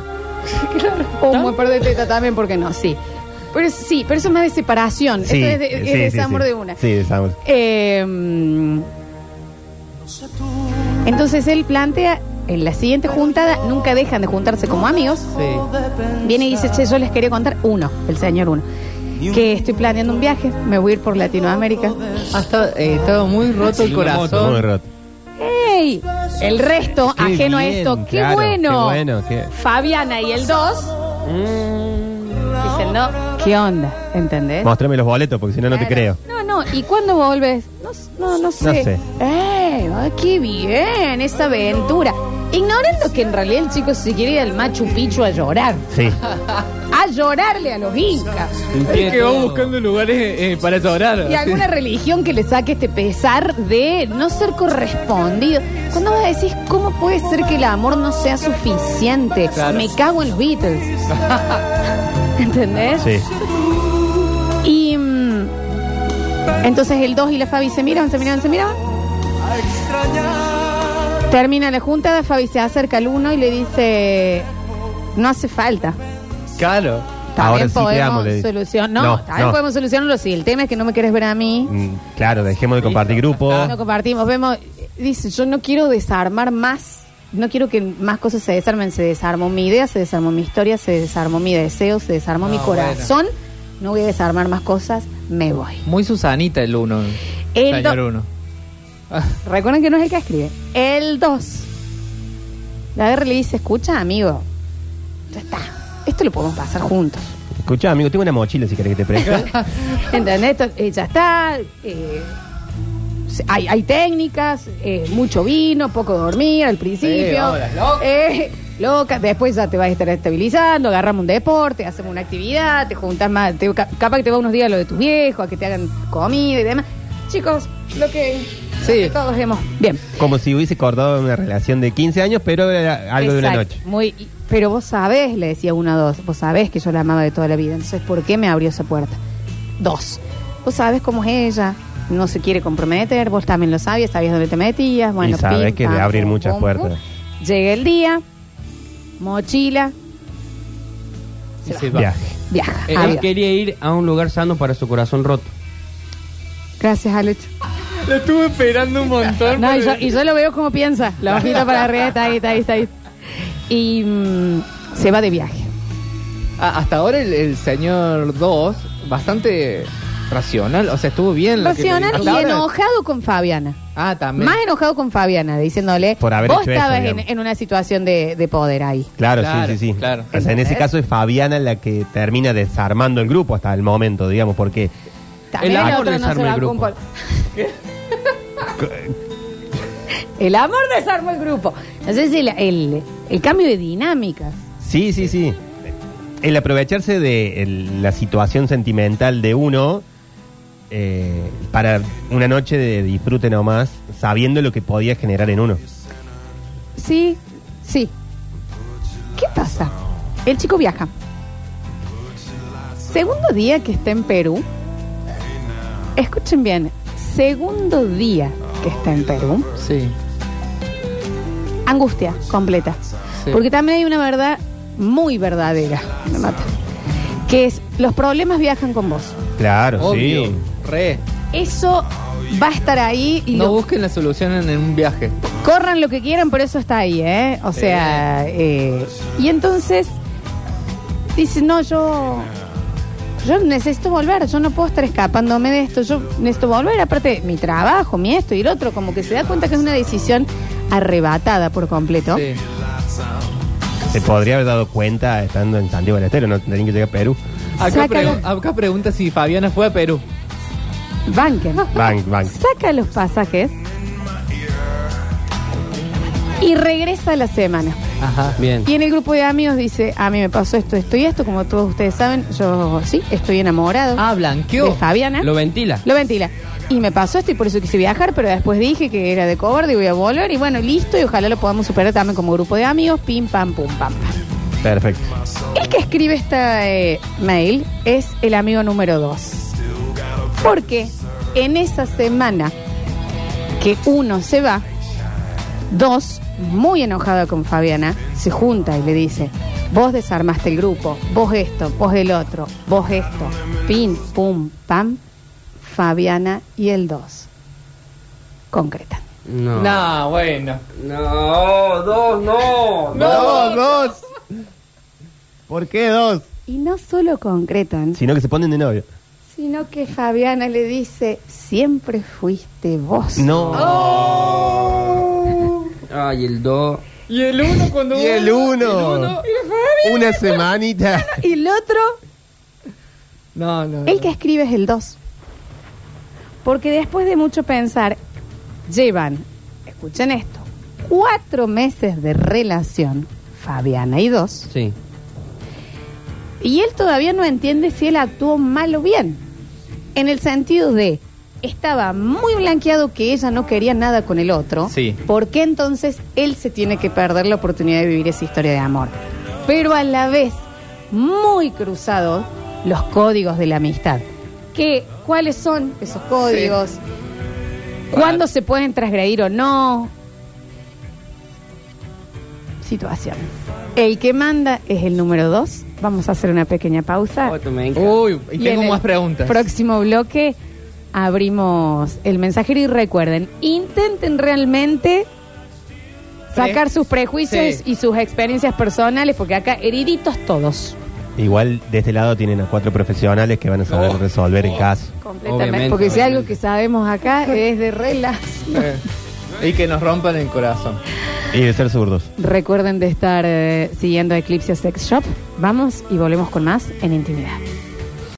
Speaker 1: O un buen par de teta también, porque no, sí. Pero es- sí, pero eso es más de separación.
Speaker 4: Sí,
Speaker 1: Esto es, de, es
Speaker 4: sí, sí,
Speaker 1: desamor
Speaker 4: sí.
Speaker 1: de una.
Speaker 4: Sí, desamor.
Speaker 1: Eh, entonces él plantea en la siguiente juntada, nunca dejan de juntarse como amigos. Viene y dice, che, yo les quería contar uno, el señor uno, que estoy planeando un viaje, me voy a ir por Latinoamérica.
Speaker 2: Hasta, eh, estaba muy roto el corazón.
Speaker 4: Muy roto.
Speaker 1: ¡Ey! El resto,
Speaker 4: Qué
Speaker 1: ajeno a
Speaker 4: bien,
Speaker 1: esto, ¡qué
Speaker 4: claro,
Speaker 1: bueno!
Speaker 4: Qué bueno, qué.
Speaker 1: Fabiana y el 2
Speaker 3: Mm.
Speaker 1: dicen, no, ¿qué onda? ¿Entendés?
Speaker 4: Mostrame los boletos porque si no, no te creo.
Speaker 1: No, no, ¿y cuándo volves? No, s- no, no sé.
Speaker 4: No sé.
Speaker 1: ¡Eh! ay, ¡Qué bien! Esa aventura. Ignorando que en realidad el chico se quiere ir al Machu Picchu a llorar.
Speaker 4: Sí.
Speaker 1: A llorarle a los incas.
Speaker 2: Es que vamos buscando lugares eh, para llorar.
Speaker 1: Y alguna religión que le saque este pesar de no ser correspondido. Cuando vos decís, ¿cómo puede ser que el amor no sea suficiente?
Speaker 16: Claro.
Speaker 1: Me cago en los Beatles. ¿Entendés?
Speaker 16: Sí.
Speaker 1: Y mm, entonces el 2 y la Fabi se miran, se miran, se miran. Termina la junta, Fabi se acerca al 1 y le dice, no hace falta.
Speaker 2: Claro.
Speaker 1: También
Speaker 4: Ahora sí te amo,
Speaker 1: podemos
Speaker 4: le dice.
Speaker 1: solucionar. No,
Speaker 4: No,
Speaker 1: también
Speaker 4: no.
Speaker 1: podemos solucionarlo si el tema es que no me quieres ver a mí.
Speaker 4: Mm, Claro, dejemos de compartir
Speaker 1: No,
Speaker 4: grupos.
Speaker 1: Ah, no compartimos, vemos, dice, yo no quiero desarmar más, no quiero que más cosas se desarmen, se desarmó mi idea, se desarmó mi historia, se desarmó mi deseo, se desarmó mi
Speaker 2: No,
Speaker 1: corazón, no voy a desarmar más cosas, me voy.
Speaker 2: Muy Susanita el uno.
Speaker 1: El
Speaker 2: señor
Speaker 1: do-
Speaker 2: uno.
Speaker 1: Recuerden que no es el que escribe. El 2. La guerra le dice, escucha, amigo, ya está, esto lo podemos pasar juntos.
Speaker 4: Escuchá, amigo, tengo una mochila si querés que te presta.
Speaker 1: ¿Entendés? Esto, eh, ya está. eh, se- hay, hay técnicas, eh, mucho vino, poco dormir al
Speaker 2: Sí,
Speaker 1: principio.
Speaker 2: ahora, loca.
Speaker 1: Eh, loca, después ya te vas a estar estabilizando, agarramos un deporte, hacemos una actividad, te juntas más, te- ca- capaz que te va unos días a lo de tus viejos, a que te hagan comida y demás. Chicos, lo que, lo que todos hemos. Bien.
Speaker 4: Como si hubiese cortado una relación de 15 años, pero era algo de una
Speaker 1: Exacto,
Speaker 4: noche.
Speaker 1: Muy, y- pero vos sabés, le decía uno a dos, vos sabés que yo la amaba de toda la vida, entonces ¿por qué me abrió esa puerta? Dos, vos sabés cómo es ella, no se quiere comprometer, vos también lo sabías, sabías dónde te metías, bueno,
Speaker 4: y sabes
Speaker 1: pim,
Speaker 4: que
Speaker 1: pam,
Speaker 4: de abrir
Speaker 1: pum,
Speaker 4: muchas
Speaker 1: pum,
Speaker 4: puertas.
Speaker 1: pum. Llega el día, mochila,
Speaker 2: Y se
Speaker 3: va.
Speaker 4: Viaje.
Speaker 1: viaja.
Speaker 3: Él
Speaker 1: Adiós.
Speaker 2: Eh,
Speaker 3: quería ir a un lugar sano para su corazón roto.
Speaker 1: Gracias, Alex.
Speaker 2: Lo estuve esperando un montón.
Speaker 1: No, y yo,
Speaker 2: pero-
Speaker 1: y yo lo veo como piensa. La hojita para arriba, está ahí, está ahí, está ahí. Y mm, se va de viaje.
Speaker 2: Ah, hasta ahora el, el señor 2, bastante racional, o sea, estuvo bien. lo que le
Speaker 1: Racional
Speaker 2: dijo.
Speaker 1: y
Speaker 2: Hasta ahora-
Speaker 1: enojado con Fabiana.
Speaker 2: Ah, también.
Speaker 1: Más enojado con Fabiana, diciéndole,
Speaker 4: Por haber
Speaker 1: vos
Speaker 4: hecho eso,
Speaker 1: estabas en,
Speaker 4: digamos.
Speaker 1: en una situación de, de poder ahí.
Speaker 4: Claro,
Speaker 2: Claro,
Speaker 4: sí, sí, sí.
Speaker 2: claro.
Speaker 4: O sea, en ese caso es Fabiana la que termina desarmando el grupo hasta el momento, digamos, porque
Speaker 1: También
Speaker 4: El amor
Speaker 1: otro no se
Speaker 4: desarma el
Speaker 1: vacunó
Speaker 4: grupo.
Speaker 1: por- el amor desarma el grupo. Entonces, el, el, el cambio de dinámicas.
Speaker 4: Sí, sí, sí. El aprovecharse de el- la situación sentimental de uno eh, para una noche de disfrute nomás, sabiendo lo que podía generar en uno.
Speaker 1: Sí, sí. ¿Qué pasa? El chico viaja. Segundo día que está en Perú. Escuchen bien. Segundo día que está en Perú.
Speaker 2: Sí.
Speaker 1: Angustia completa.
Speaker 2: Sí.
Speaker 1: Porque también hay una verdad muy verdadera. Me mata. Que es, los problemas viajan con vos.
Speaker 4: Claro,
Speaker 2: Obvio,
Speaker 4: sí.
Speaker 2: Re.
Speaker 1: Eso va a estar ahí y
Speaker 2: No
Speaker 1: lo-
Speaker 2: busquen la solución en en un viaje.
Speaker 1: corran lo que quieran, pero eso está ahí, ¿eh? O sea, eh, y entonces dice, no, yo, yo necesito volver, yo no puedo estar escapándome de esto, yo necesito volver, aparte mi trabajo, mi esto y el otro, como que se da cuenta que es una decisión arrebatada por completo.
Speaker 4: Se podría haber dado cuenta estando en Santiago del Estero, no tenían que llegar a Perú.
Speaker 2: Acá,
Speaker 1: Sácalo.
Speaker 2: pregu- acá pregunta si Fabiana fue a Perú.
Speaker 1: Banken.
Speaker 4: Bank, bank.
Speaker 1: Saca los pasajes y regresa a la semana.
Speaker 2: Ajá.
Speaker 3: Bien.
Speaker 1: Y en el grupo de amigos dice, a mí me pasó esto, esto y esto, como todos ustedes saben, yo sí, estoy enamorado.
Speaker 2: Ah, blanqueó.
Speaker 1: De Fabiana.
Speaker 3: Lo
Speaker 1: Lo,
Speaker 3: ventila.
Speaker 1: ventila. Y me pasó esto y por eso quise viajar, pero después dije que era de cobarde y voy a volver. Y bueno, listo, y ojalá lo podamos superar también como grupo de amigos. Pim, pam, pum, pam, pam.
Speaker 4: Perfecto.
Speaker 1: El que escribe esta eh, mail es el amigo número dos. Porque en esa semana que uno se va, dos, muy enojada con Fabiana, se junta y le dice, vos desarmaste el grupo, vos esto, vos el otro, vos esto, pin, pum, pam, Fabiana y el dos. Concreta.
Speaker 3: No.
Speaker 2: No, bueno.
Speaker 3: No, dos, no.
Speaker 2: No,
Speaker 4: dos. ¿Por qué dos?
Speaker 1: Y no solo concretan,
Speaker 4: Sino que se ponen de novio.
Speaker 1: sino que Fabiana le dice, siempre fuiste vos.
Speaker 4: No.
Speaker 3: Ay, el dos.
Speaker 2: Y el uno cuando.
Speaker 4: Y el uno.
Speaker 1: Y Fabiana-
Speaker 4: Una semanita.
Speaker 1: Y el otro,
Speaker 2: No, no.
Speaker 1: el que escribe es el 2. Porque después de mucho pensar, llevan, escuchen esto, cuatro meses de relación, Fabiana y dos,
Speaker 3: Sí.
Speaker 1: y él todavía no entiende si él actuó mal o bien. En el sentido de, estaba muy blanqueado que ella no quería nada con el otro.
Speaker 2: Sí.
Speaker 1: ¿Por qué entonces él se tiene que perder la oportunidad de vivir esa historia de amor? Pero a la vez, muy cruzados los códigos de la amistad. ¿Qué, ¿Cuáles son esos códigos? ¿Cuándo se pueden transgredir o no? Situación. El que manda es el número dos. Vamos a hacer una pequeña pausa.
Speaker 3: Oh, esto me encanta.
Speaker 2: Uy, y
Speaker 1: en
Speaker 2: tengo
Speaker 1: el
Speaker 2: más preguntas.
Speaker 1: Próximo bloque abrimos el mensajero y recuerden, intenten realmente sacar sus prejuicios
Speaker 2: ¿Eh? Sí.
Speaker 1: y sus experiencias personales porque acá heriditos todos.
Speaker 4: Igual de este lado tienen a cuatro profesionales que van a saber resolver el caso.
Speaker 1: Completamente.
Speaker 3: Obviamente,
Speaker 1: porque si
Speaker 3: obviamente.
Speaker 1: algo que sabemos acá es de relas.
Speaker 2: Eh, y que nos rompan el corazón.
Speaker 4: Y de ser zurdos.
Speaker 1: Recuerden de estar eh, siguiendo Eclipse Sex Shop. Vamos y volvemos con más en intimidad.